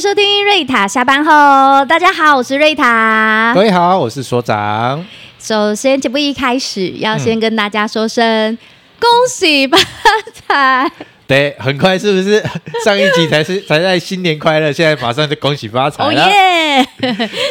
收听瑞塔下班后。大家好，我是瑞塔各。位好，我是所长。首先，节目一开始要先跟大家说声、恭喜发财。对，很快是不是？ 上一集才是才 在新年快乐，现在马上就恭喜发财哦了。耶！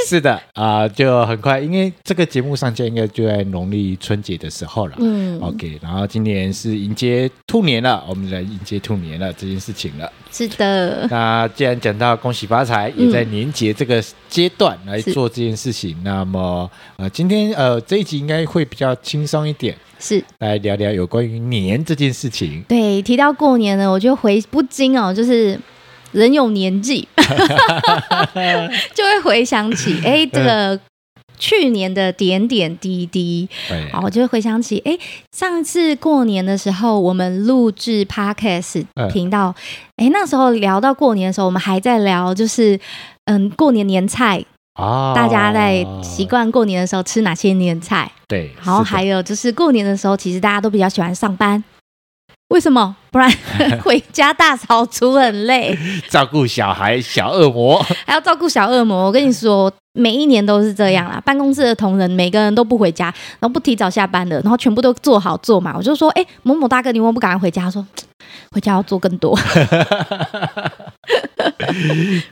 是的啊、就很快，因为这个节目上架应该就在农历春节的时候了。嗯 OK，然后今年是迎接兔年了，我们来迎接兔年了这件事情了。是的，那既然讲到恭喜发财，嗯也在年节这个阶段来是做这件事情，那么呃，今天呃这一集应该会比较轻松一点，是来聊聊有关于年这件事情。对。提到过年呢，我就回不禁哦，就是人有年纪，就会回想起哎、这个去年的点点滴滴。对好，我就会回想起，哎，上次过年的时候，我们录制 podcast 嗯频道，哎、那时候聊到过年的时候，我们还在聊，就是嗯，过年年菜，啊大家在习惯过年的时候吃哪些年菜，哦对，然后是的还有就是过年的时候，其实大家都比较喜欢上班。为什么？不然 回家大扫除很累，照顾小孩小恶魔， 还要照顾小恶魔。我跟你说，每一年都是这样啦。办公室的同仁每个人都不回家，然后不提早下班的，然后全部都做好做满。我就说，哎、某某大哥，你为什么不赶快回家？他说，嘖回家要做更多。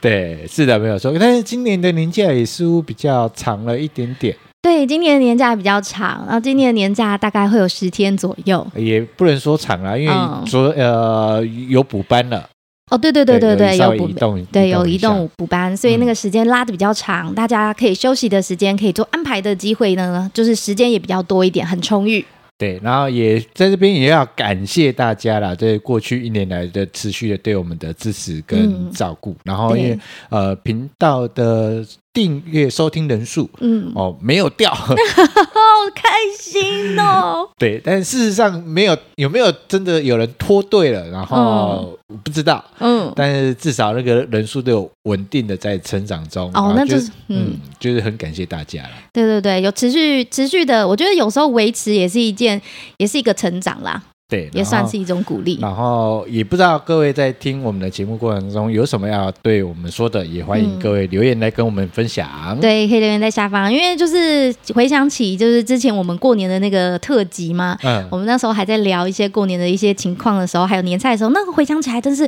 对，是的，没有错。但是今年的年假也似乎比较长了一点点， 对，今年的年假比较长，然后今年的年假大概会有十天左右。也不能说长啦，因嗯为昨、呃有补班了，哦，对对对对对，稍有微补移。动，对，有移一下嗯动。补班，所以那个时间拉的比较长，大家可以休息的时间，可以做安排的机会呢，就是时间也比较多一点，很充裕。对，然后也在这边也要感谢大家啦，对过去一年来的持续的对我们的支持跟嗯照顾。然后因对为呃频道的订阅收听人数嗯，哦没有掉，好开心哦！对，但事实上没有有没有真的有人脱队了，然哦后我不知道， 嗯，但是至少那个人数都有稳定的在成长中。然哦后，那就是嗯嗯，就是很感谢大家了。对对对，有持续持续的，我觉得有时候维持也是一件，也是一个成长啦，对，也然后算是。一种鼓励。然后也不知道各位在听我们的节目过程中有什么要对我们说的，也欢迎嗯各位留言来跟我们分享。对，可以留言在下方，因为就是回想起就是之前我们过年的那个特辑嘛，嗯，我们那时候还在聊一些过年的一些情况的时候，还有年菜的时候，那个回想起来真是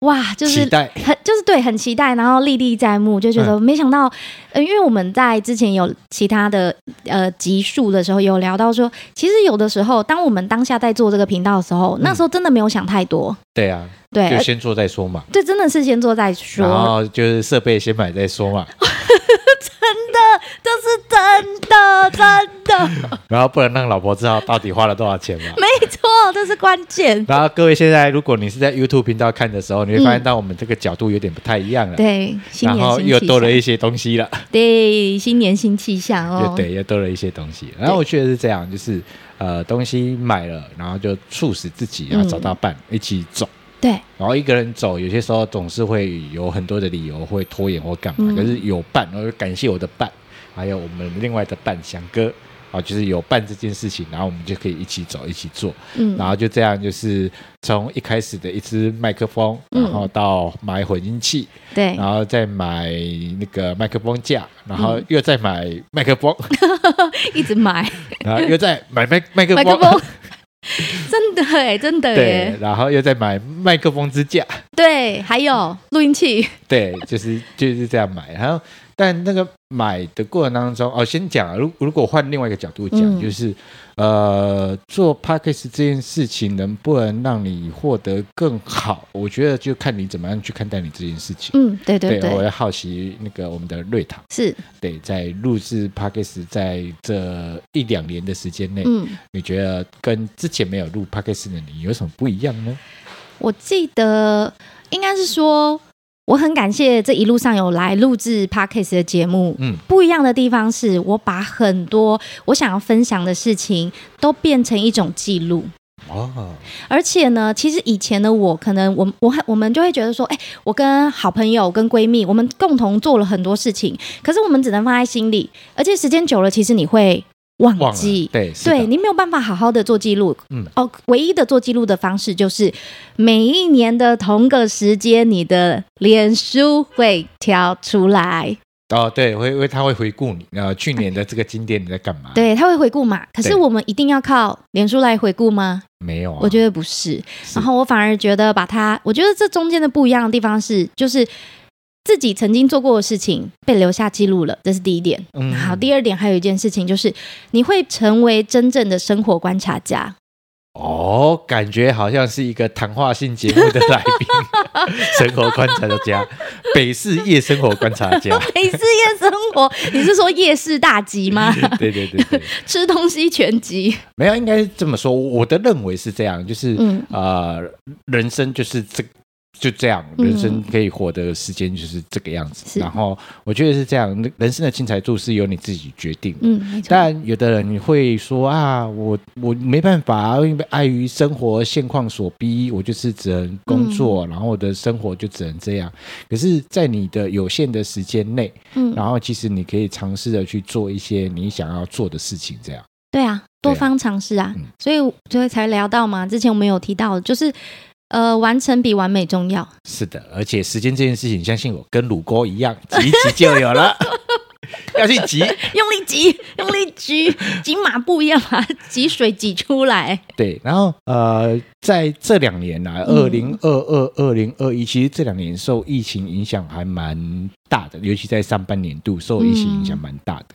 哇，就是期待很就是对，很期待，然后历历在目，就觉嗯得没想到，呃，因为我们在之前有其他的呃集数的时候有聊到说，其实有的时候，当我们当下在做这个频道的时嗯候，那时候真的没有想太多，对啊，对，就而先做再说嘛。这真的是先做再说然，后就是设备先买再 说嘛，这是真的，真的， 然后不能让老婆知道到底花了多少钱嘛。没错，这是关键。 然后各位现在，如果你是在 YouTube 频道看的时候，你会发现到我们这个角度有点不太一样了。嗯对，新然年后新又气多象了。一些东西了，对，新年新气象哦又。对，又多了一些东西。然后我觉得是这样，就是呃，东西买了，然后就促使自己要嗯找到伴、一起走。对然后一个人走，有些时候总是会有很多的理由会拖延或干嘛。嗯可是有伴，然后感谢我的伴，还有我们另外的伴翔哥啊，就是有伴这件事情，然后我们就可以一起走，一起做。嗯然后就这样，就是从一开始的一支麦克风，嗯然后到买混音器，对然后再买那个麦克风架，然后嗯又再买麦克风，一直买然后 又再买麦麦克麦风，克风， 真的哎，真的对耶，，然后又再买麦克风支架，对，还有录音器，对，就是就是这样买。然后，但那个买的过程当中，哦，先讲啊，如如果换另外一个角度讲，嗯就是呃，做 p a c k a g e 这件事情能不能让你获得更好，我觉得就看你怎么样去看待你这件事情。嗯，对对我对，也好奇那个我们的瑞塔，是，对，在录制 p a c k a g e 在这一两年的时间内，嗯，你觉得跟之前没有录 p a c k a g e 的你有什么不一样呢？我记得应该是说，我很感谢这一路上有来录制 podcast 的节目。嗯，不一样的地方是我把很多我想要分享的事情都变成一种记录。哦，而且呢，其实以前的我，可能我我很我们就会觉得说，哎、我跟好朋友、跟闺蜜，我们共同做了很多事情，可是我们只能放在心里，而且时间久了，其实你会忘忘了记。对是的对你没有办法好好的做记录，嗯哦，唯一的做记录的方式就是每一年的同个时间，你的脸书会跳出来，哦，对，会会他会回顾你，呃，去年的这个经典你在干嘛？， 对，它会回顾嘛。可是啊对我们一定要靠脸书来回顾吗？没有啊，我觉得不是。是然后我反而觉得把它，我觉得这中间的不一样的地方是，就是自己曾经做过的事情被留下记录了，这是第一点。嗯好，第二点还有一件事情就是，你会成为真正的生活观察家。哦，感觉好像是一个谈话性节目的来 宾，生活观察家，北市夜生活观察 家，北市夜生活，你是说夜市大集吗？ 对对对对，吃东西全集。没有，应该是这么说，我的认为是这样，就是、嗯呃，人生就是这就这样，嗯人生可以活的时间就是这个样子。是然后我觉得是这样，那人生的精彩度是由你自己决定的。嗯，没错。但有的人你会说啊，我我没办法，因为碍于生活现况所逼，我就是只能工嗯作，然后我的生活就只能这样。可是，在你的有限的时间内，嗯，然后其实你可以尝试着去做一些你想要做的事情，这样。对啊，对多啊方尝试啊。嗯所以所以才聊到嘛，之前我们有提到，就是呃，完成比完美重要。是的，而且时间这件事情，相信我，跟乳沟一样，挤一挤就有了。 要去挤，用力挤，用力挤，挤马步一样把挤水挤出来。对，然后呃，在这两年来，二零嗯二二、二零二一，其实这两年受疫情影响还蛮大的，尤其在上半年度受疫情影响蛮大的。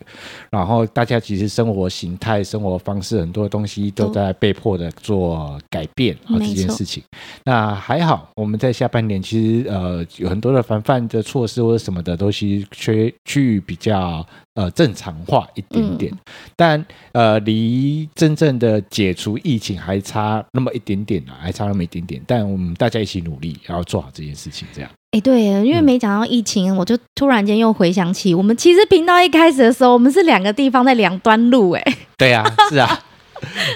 然后大家其实生活形态、生活方式很多东西都都在被迫的做改变啊、没这件错事情。那还好，我们在下半年其实呃有很多的防范的措施或者什么的东西，缺趋于比较呃正常化一点嗯点，但呃离真正的解除疫情还差那么一点点啊，还差那么一点点。但我们大家一起努力，然后做好这件事情，这样。哎，对耶，嗯因为没讲到疫情，我就突然间又回想起，我们其实频道一开始的时候，我们是两个地方在两端路，哎， 对 啊，是啊，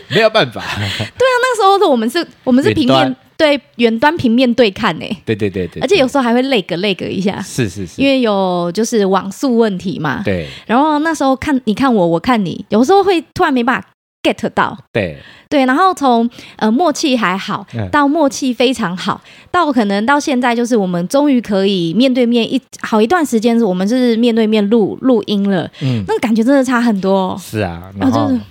没有办法。那时候的我们是，我们是平远面端对远端平面对看，哎，对对对对，而且有对时候还会累个累个一下，是是是，因为为有就是网速问题嘛。对然后那时候看你看我，我看你，有时候会突然没办法 get 到。对对，然后从呃默契还好嗯到默契非常好，到可能到现在就是我们终于可以面对面一好一段时间，我们是面对面录录音了，嗯那个感觉真的差很多、哦。是啊，然然后后就是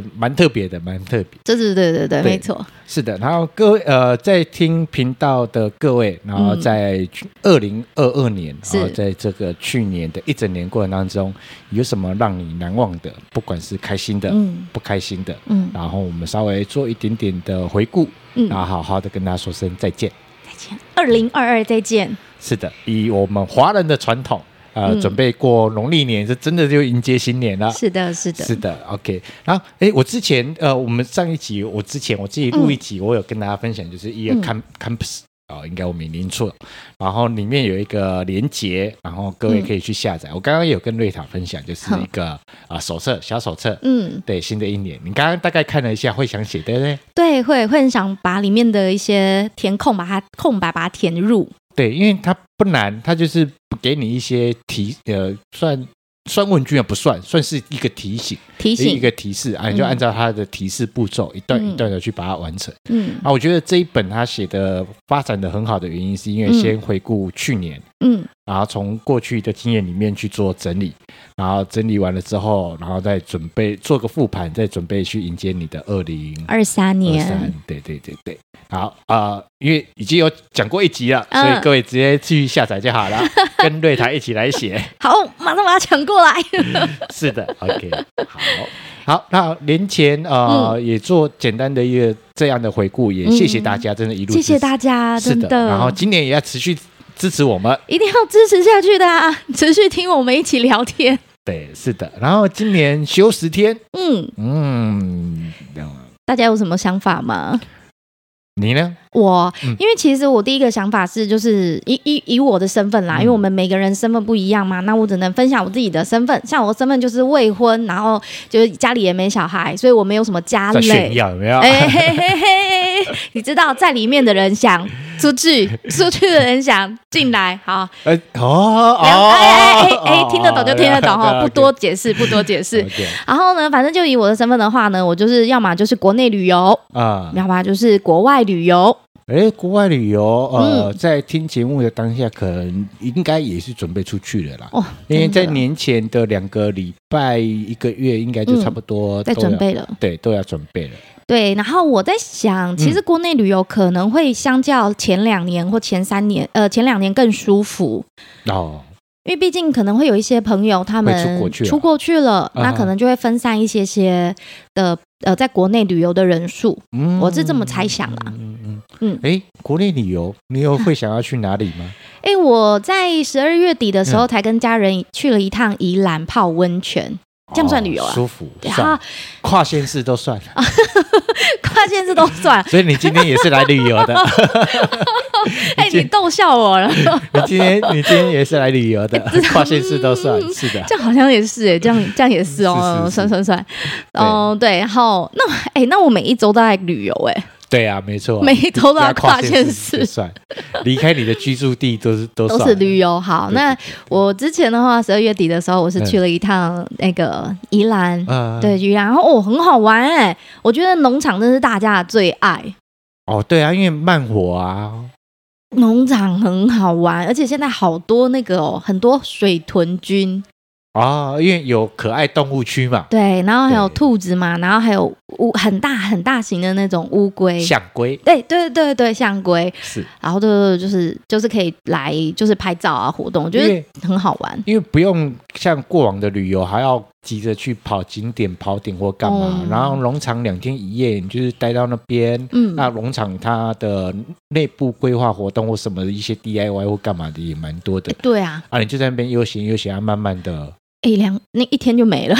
就蛮特别的，蛮特别。对对对对对，对没错，是的，然后各位呃，在听频道的各位，然后在二零二二年，嗯是然后在这个去年的一整年过程当中，有什么让你难忘的？不管是开心的、嗯不开心的，嗯然后我们稍微做一点点的回顾，嗯然，后好好的跟大家说声再见。再见，二零二二再见，是的，以我们华人的传统，呃，嗯准备过农历年，这真的就迎接新年了。是的，是的，啊是的，OK。然后，哎，我之前呃，我们上一集，我之前我自己录一集，我有跟大家分享，就是 Year 嗯 Camp、Campus 啊、应该我没念错。然后里面有一个连接，然后各位嗯可以去下载。我刚刚有跟瑞塔分享，就是好一个啊、手册，小手册。嗯，对，新的一年，你刚刚大概看了一下，会想写，对不对？对，会会很想把里面的一些填空，把它空白把它填入，对，因为它不难，它就是给你一些提，呃，算算问卷也不算，算是一个提醒，提一醒，个提示啊，你就嗯按照它的提示步骤，一段一嗯段的去把它完成。嗯啊，我觉得这一本他写的发展的很好的原因，是因为嗯先回顾去年，嗯然后从过去的经验里面去做整理，然后整理完了之后，然后再准备做个复盘，再准备去迎接你的二零二三二年三。。对对对对，好啊、呃因为已经有讲过一集了，所以嗯各位直接去下载就好了，跟瑞台一起来写。好，马上把它抢过 来。是的，OK，好。好，那年前呃、嗯也做简单的一个这样的回顾，也谢谢大家，真的一路谢支谢持大家，是真的，然后今年也要持续支持我们。一定要支持下去的啊！持续听我们一起聊天。对，是的。然后今年休十天，嗯，嗯，嗯大家有什么想法吗？你呢？我嗯因为其实我第一个想法是，就是以以以我的身份啦，嗯因为我们每个人身份不一样嘛，那我只能分享我自己的身份。像我的身份就是未婚，然后就是家里也没小孩，所以我没有什么家在炫累。耀有没有？哎嘿嘿嘿，你知道，在里面的人想出去， 出去的人想进来。好，哎哦哎哎哎哦哎，听得懂就听得懂对哦， ，OK 不多解释，不多解释。 OK，然后呢，反正就以我的身份的话呢，我就是要么就是国内旅游，啊，要么就是国外旅游。哎，国外旅游，呃，在听节目的当下，可能应该也是准备出去了啦，哦，因为在真的年前的两个礼拜、一个月，应该就差不多在都要准，备了。对，都要准备了。对，然后我在嗯想，其实国内旅游可能会相较前两年或前三年，呃，前两年更舒服，哦，因为毕竟可能会有一些朋友他们会出国去了出国去了，啊那可能就会分散一些些的呃，在国内旅游的人数。嗯我是这么猜想啦。嗯嗯嗯嗯。哎，国内旅游，你有会想要去哪里吗？哎，我在十二月底的时嗯候才跟家人去了一趟宜兰泡温泉， 这样算旅游哦啊？舒服，对算啊，跨县市都算。。跨县市都算 所以你今天也是来旅游 的，哎，你逗笑我 了，你今天你今天也是来 旅游的，跨县市都算是的。嗯这样好像也是哎，这 样这样也是哦，是是是 算算算，哦对，然后那哎，那我每一周都在旅游哎，对啊，没错啊，每一周都要只跨跨县市市就算，离开你的居住地都 是都都算嗯是旅游。好，对那我之前的话，十二月底的时候，我是嗯去了一趟那个宜兰，嗯，对宜兰，然后哦很好玩哎，我觉得农场真是大家的最爱。哦，对啊，因为慢火啊，农场很好玩，而且现在好多那个哦，很多水豚菌，啊，因为有可爱动物区嘛，对，然后还有对兔子嘛，然后还有乌很大很大型的那种乌龟，象龟对对对对，象龟，是，然后就就是就是可以来就是拍照啊活动，我觉因得为很好玩。因为不用像过往的旅游还要急着去跑景点、跑点或干嘛，嗯然后农场两天一夜，你就是待到那边。嗯，那农场它的内部规划活动或什么一些 DIY 或干嘛的也蛮多的对啊，啊，你就在那边悠闲悠闲啊，慢慢的哎、两那一天就 没了，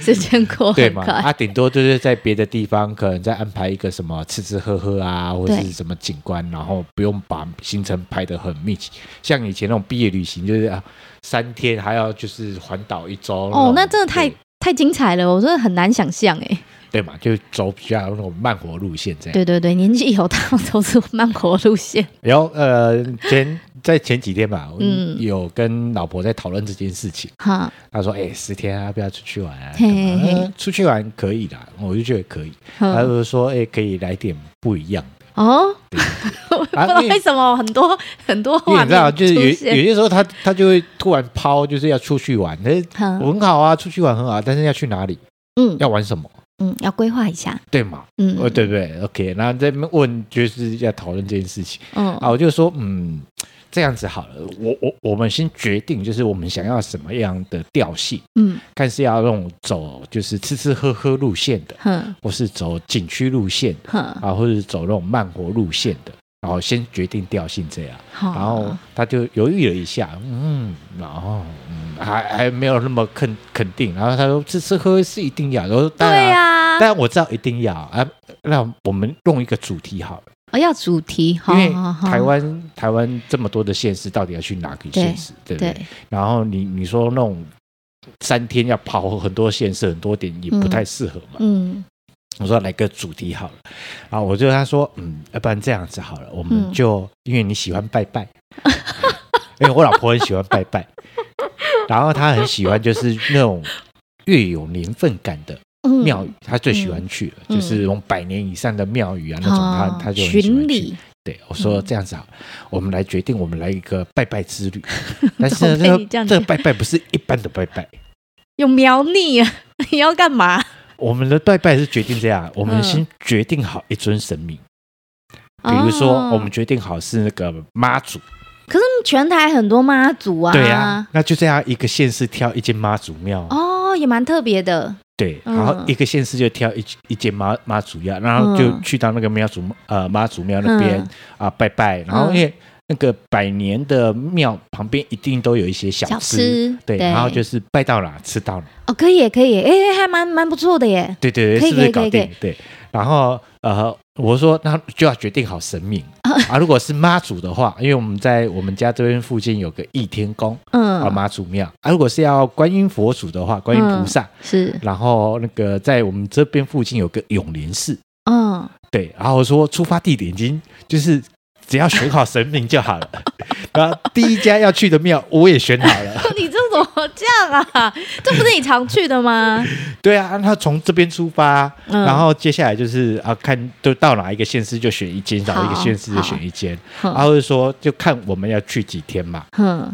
时间过对很嘛？快。啊，顶多就是在别的地方，可能再安排一个什么吃吃喝喝啊，或者是什么景观，然后不用把行程排得很密集。像以前那种毕业旅行，就是、啊、三天，还要就是环岛一周。哦，种那真的太对太精彩了，我真的很难想象哎。对嘛，就走比较那种慢活路线这样。对对对，年纪有大都是慢活路线。然后呃，前在前几天吧，嗯嗯，有跟老婆在讨论这件事情。哈，她说：“哎、十天啊，要不要出去玩啊？嘿干嘛嘿呃出去玩可以啦，我就觉得可以。她嗯就说：哎、可以来点不一样的。”哦，不 不知道为什么很多很多啊因为画你知道，面就是有出有现。些时候他他就会突然抛，就是要出去玩，但是嗯很好啊，出去玩很好啊，但是要去哪里，嗯要玩什么，嗯，要规划一下。对嘛？嗯，哦，对不对？OK，然后在那边问，就是要讨论这件事情嗯啊，我就说，嗯，这样子好了，我我我们先决定，就是我们想要什么样的调性，嗯看是要那种走就是吃吃喝喝路线的，哼或是走景区路线的哼，啊，或是走那种慢活路线的，然后先决定调性这样。好。然后他就犹豫了一下，嗯，然后嗯，还还没有那么肯肯定。然后他说：“这吃喝是一定要。”然后当对啊然，啊呀、但我知道一定要啊。那我们弄一个主题好了，哦，要主题，好因为好好台湾台湾这么多的县市，到底要去哪个县市，对不对？对，然后你你说那种三天要跑很多县市、很多点，也不太适合嘛。嗯我说来个主题好了，然后我就跟他说，嗯，要不然这样子好了，我们嗯就、因为你喜欢拜 拜，因为我老婆很喜欢拜拜，然后她很喜欢就是那种越有年份感的嗯，庙宇，她最喜欢去了，嗯就是那种百年以上的庙宇啊那种，哦她她就很喜巡欢去。礼，对，我说嗯这样子好了，我们来决定，我们来一个拜拜 之旅，但是呢，我被这你个这样这个讲拜拜不是一般的拜拜。有苗栗啊， 你要干嘛？我们的拜拜是决定这样，我们嗯先决定好一尊神明，比如说，哦我们决定好是那个妈祖，可是全台很多妈祖啊，对呀、那就这样一个县市挑一间妈祖庙，哦，也蛮特别的，对，嗯然后一个县市就挑一一间妈妈祖庙，然后就嗯去到那个庙祖呃妈祖庙那边嗯啊、拜拜，然后嗯因为那个百年的庙旁边一定都有一些小小吃，吃对，对然后就是拜到哪吃到哪，哦，可以耶，可以耶，哎、还蛮蛮不错的耶，对对可对，以是不可是以可搞以定可？对，然后呃，我说那就要决定好 神明啊，如果是妈祖的话，因为我们在我们家这边附近有个义天宫。啊，嗯，妈祖庙啊，如果是要观音佛祖嗯的话，观音菩萨，是，然后那个在我们这边附近有个永联寺，嗯， 对，然后我说出发地点已经就是只要选好神明就好 了。然后第一家要去的庙我也选好 了。你这怎么这样啊？这不是你常去的吗？对啊，那从这边出发，啊嗯然后接下来就是啊，看都到哪一个县市就选一间，哪一个县市就选一间，然哼后就说就看我们要去几天嘛，哼，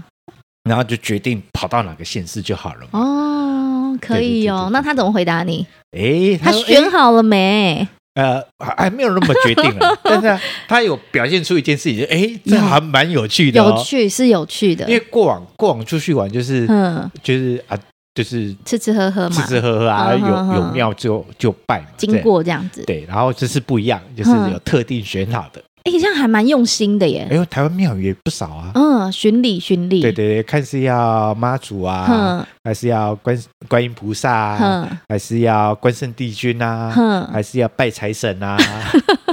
然后就决定跑到哪个县市就好了嘛。哦，可以对对对对哦对。那他怎么回答你？诶，他说选好了没？呃，还还没有那么决定 了，但是啊他有表现出一件事情，哎、这还蛮有趣的、哦，有趣是有趣的因，为过往过往出去玩就是、嗯，就是啊，就是吃吃喝喝吃嘛，吃喝喝啊，嗯哼有有哼庙就就拜嘛，经对过这样子，对，然后这次不一样，就是嗯有特定选好的，哎，这样还蛮用心的哎耶。呦，台湾庙宇也不少啊，嗯，巡礼巡礼，对对对，看是要妈祖啊，哼还是要观观音菩萨啊，哼还是要关圣帝君啊，哼，还是要拜财神啊，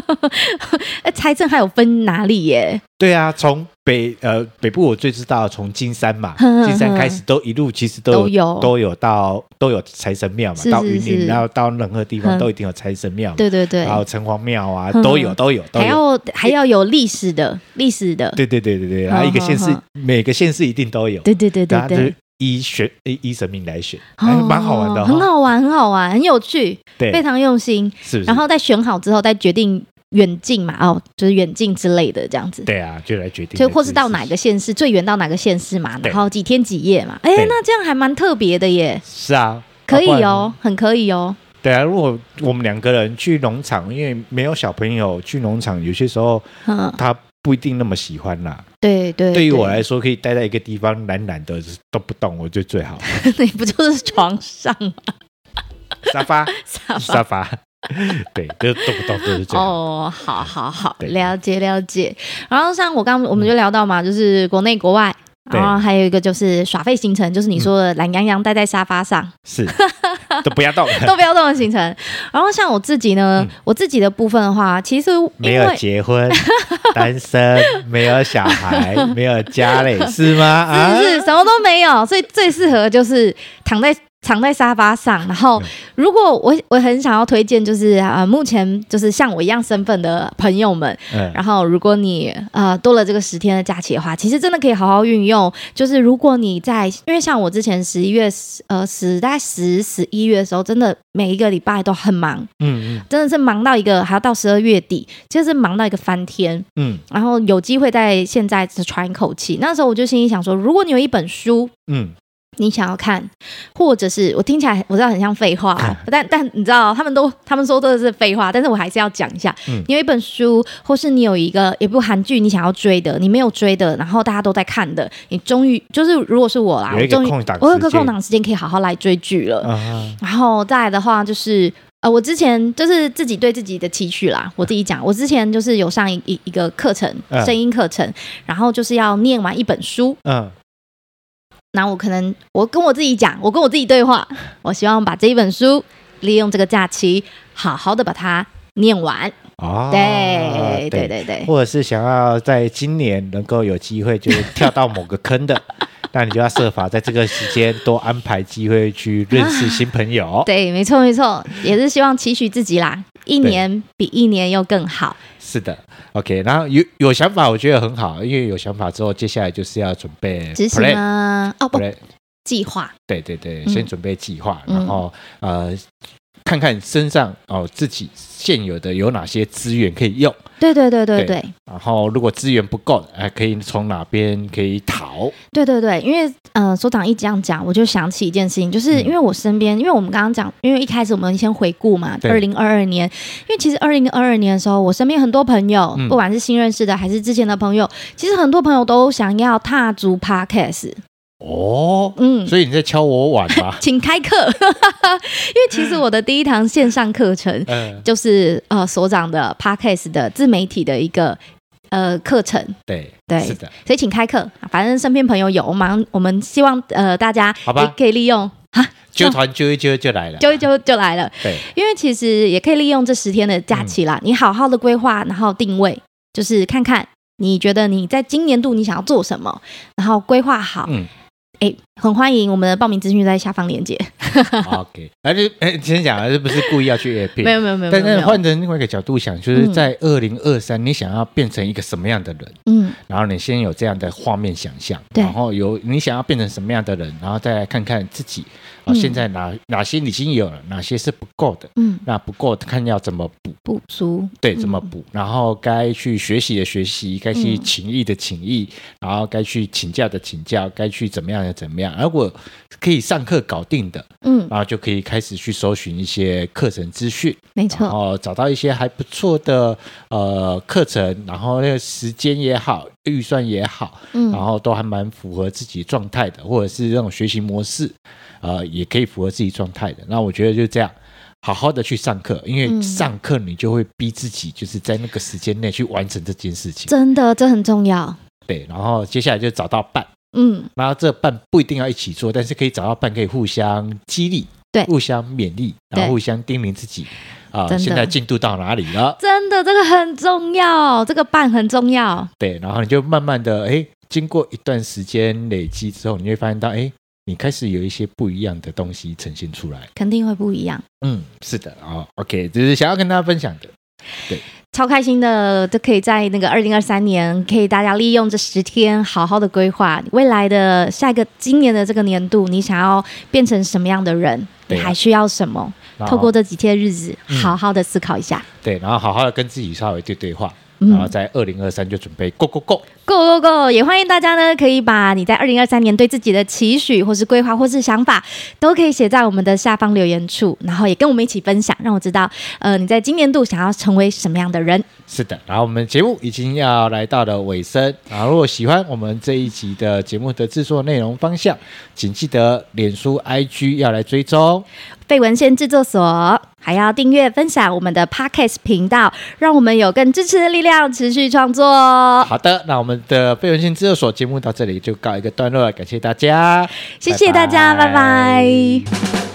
哎，财政还有分哪里耶？对啊，从北呃北部我最知道从金山嘛，哼金山哼开始都一路其实都都有有，都有到都有财神庙嘛，是到是云是林然后到任何地方哼都一定有财神庙嘛，对对对然，后城隍庙啊哼都有哼都有都还有。要还要有历史的历史的，对对对对对，然后哼一个县市哼哼每个县市一定都有，对对对然后对就对是，依选依依神明来选，还蛮好玩的哦哦，很好玩，很好玩，很有趣，对，非常用心。是不是？然后再选好之后，再决定远近嘛，哦，就是远近之类的这样子。对啊，就来决定，就或是到哪？个县市，最远到哪个县市嘛，对然后几天几夜嘛。哎对，那这样还蛮特别的耶，是啊，可以啊不然哦，很可以哦。对啊，如果我们两个人去农场，因为没有小朋友去农场，有些时候嗯，他不一定那么喜欢啦。对对。对于我来说，可以待在一个地方懒懒的都不动，我就最 好对， 你不就是床上 吗？沙发沙发沙发， 对，就动不动都是最好。哦，好好好，对了解了解。然后像我刚我们就聊到嘛，就是国内国外。对然后还有一个就是耍废行程，就是你说的懒洋洋待在沙发上、 是都不要 动，都不要动的行程。然后像我自己呢，嗯我自己的部分的话，其实因没有为结婚，单身，没有 小孩，没有家嘞，是吗？啊，是是什么都没有，所以最适合就是躺在躺在沙发上。然后嗯，如果我我很想要推荐，就是啊、呃目前就是像我一样身份的朋友们，嗯，然后，如果你呃多了这个十天的假期的话，其实真的可以好好运用。就是如果你在，因为像我之前十一月呃十大概十十一月的时候，真的每一个礼拜都很忙，嗯真的是忙到一个还要到十二月底，就是忙到一个翻天。嗯嗯然后有机会在现在喘一口气，那时候我就心里想说，如果你有一本书。嗯，你想要看，或者是我听起来我知道很像废话哦，啊但但你知道他们都他们说都是废话，但是我还是要讲一下。嗯你有一本书，或是你有一个一部韩剧，你想要追的，你没有追的，然后大家都在看的，你终于就是如果是我啦，有我一个终于空档，我有个空，档时间可以好好来追剧了。啊，然后再来的话就是。呃，我之前就是自己对自己的期许啦，我自己讲，我之前就是有上一一一个课程，嗯声音课程，然后就是要念完一本书，嗯，那我可能我跟我自己讲，我跟我自己对话， 我希望把这一本书利用这个假期，好好的把它念完。哦，对对对对，或者是想要在今年能够有机会，就是跳到某个 坑的，那你就要设法在这个时间多安排机会去认识新朋友。对，没错没错，也是希望期许自己啦，一对年比一年又更好。是的，OK，然后有有想法，我觉得很好，因为有想法之后，接下来就是要准备执行 plan 啊，哦不， plan，计划，对对对，嗯先准备计划，嗯然后呃，看看身上哦自己现有的有哪些资源可以用，对对对对对对然后如果资源不够，哎、可以从哪边可以讨？对对对，因为呃，所长一这样讲，我就想起一件事情，就是嗯因为我身边，因为我们刚刚讲，因为一开始我们先回顾嘛，对二零二二年，因为其实二零二二年的时候，我身边很多朋友，嗯不管是新认识的还是之前的朋友，其实很多朋友都想要踏足 podcast，哦，嗯。？所以你在敲我碗吧 请开课，因为其实我的第一堂线上课程嗯、就是呃所长的 podcast 的自媒体的一个呃课程，对对是的，所以请开课，反正身边朋友有，我们我们希望呃大家好吧也可以利用纠团纠一纠就来了，就就就来了，对，嗯因为其实也可以利用这十天的假期啦，你好好的规划，然后定位，就是看看你觉得你在今年度你想要做什么，然后规划好，嗯，很欢迎我们的报名资讯在下方链接。 OK，而且哎，先讲啊，这不是故意要 去 A 没 P，有没有没有，但没有是没有换成另外一个角度想，就是在二零二三，你想要变成一个什么样的人？嗯然后你先有这样的画面想象，对然后有你想要变成什么样的人，然后再来看看自己啊、嗯现在哪哪些你已经有了，哪些是不够的，嗯那不够看要怎么补，不足，对，怎么补，然后该去学习的学习，该去情谊的情谊，然后该去请教的请教，该去怎么样的怎么样，如果可以上课搞定的，嗯，然后就可以开始去搜寻一些课程资讯，没然错，后找到一些还不错的呃课程，然后那个时间也好，预算也好，嗯然后都还蛮符合自己状态的，或者是那种学习模式，呃，也可以符合自己状态的。那我觉得就这样。好好的去上课，因为嗯上课你就会逼自己，就是在那个时间内去完成这件事情。真的这很重要。对，然后接下来就找到伴，嗯，然后这伴不一定要一起做，但是可以找到伴，可以互相激励，对互相勉励，然对后互相叮咛自己啊、真的现在进度到哪里了？真的这个很重要，这个伴很重要。对，然后你就慢慢的，哎，经过一段时间累积之后，你会发现到，哎，你开始有一些不一样的东西呈现出来。肯定会不一样，嗯，是的啊、o k 这是想要跟大家分享的。超开心的，都可以在那个二零二三年，可以大家利用这十天，好好的规划未来的下一个今年的这个年度，你想要变成什么样的人，你对啊还需要什么？然后透过这几天日子，嗯好好的思考一下。对，然后好好的跟自己稍微对对话，嗯然后在二零二三就准备 go go go。 Go Go Go！也欢迎大家呢，可以把你在二零二三年对自己的期许，或是规划，或是想法，都可以写在我们的下方留言处，然后也跟我们一起分享，让我知道，呃，你在今年度想要成为什么样的人。是的，然后我们节目已经要来到了尾声，然后如果喜欢我们这一集的节目的制作内容方向，请记得脸书、IG 要来追踪。被文献制作所，还要订阅分享我们的 Podcast 频道，让我们有更支持的力量，持续创作哦。好的，那我们的非文献制作所节目到这里就告一个段落了，感谢大家，谢谢大家，拜拜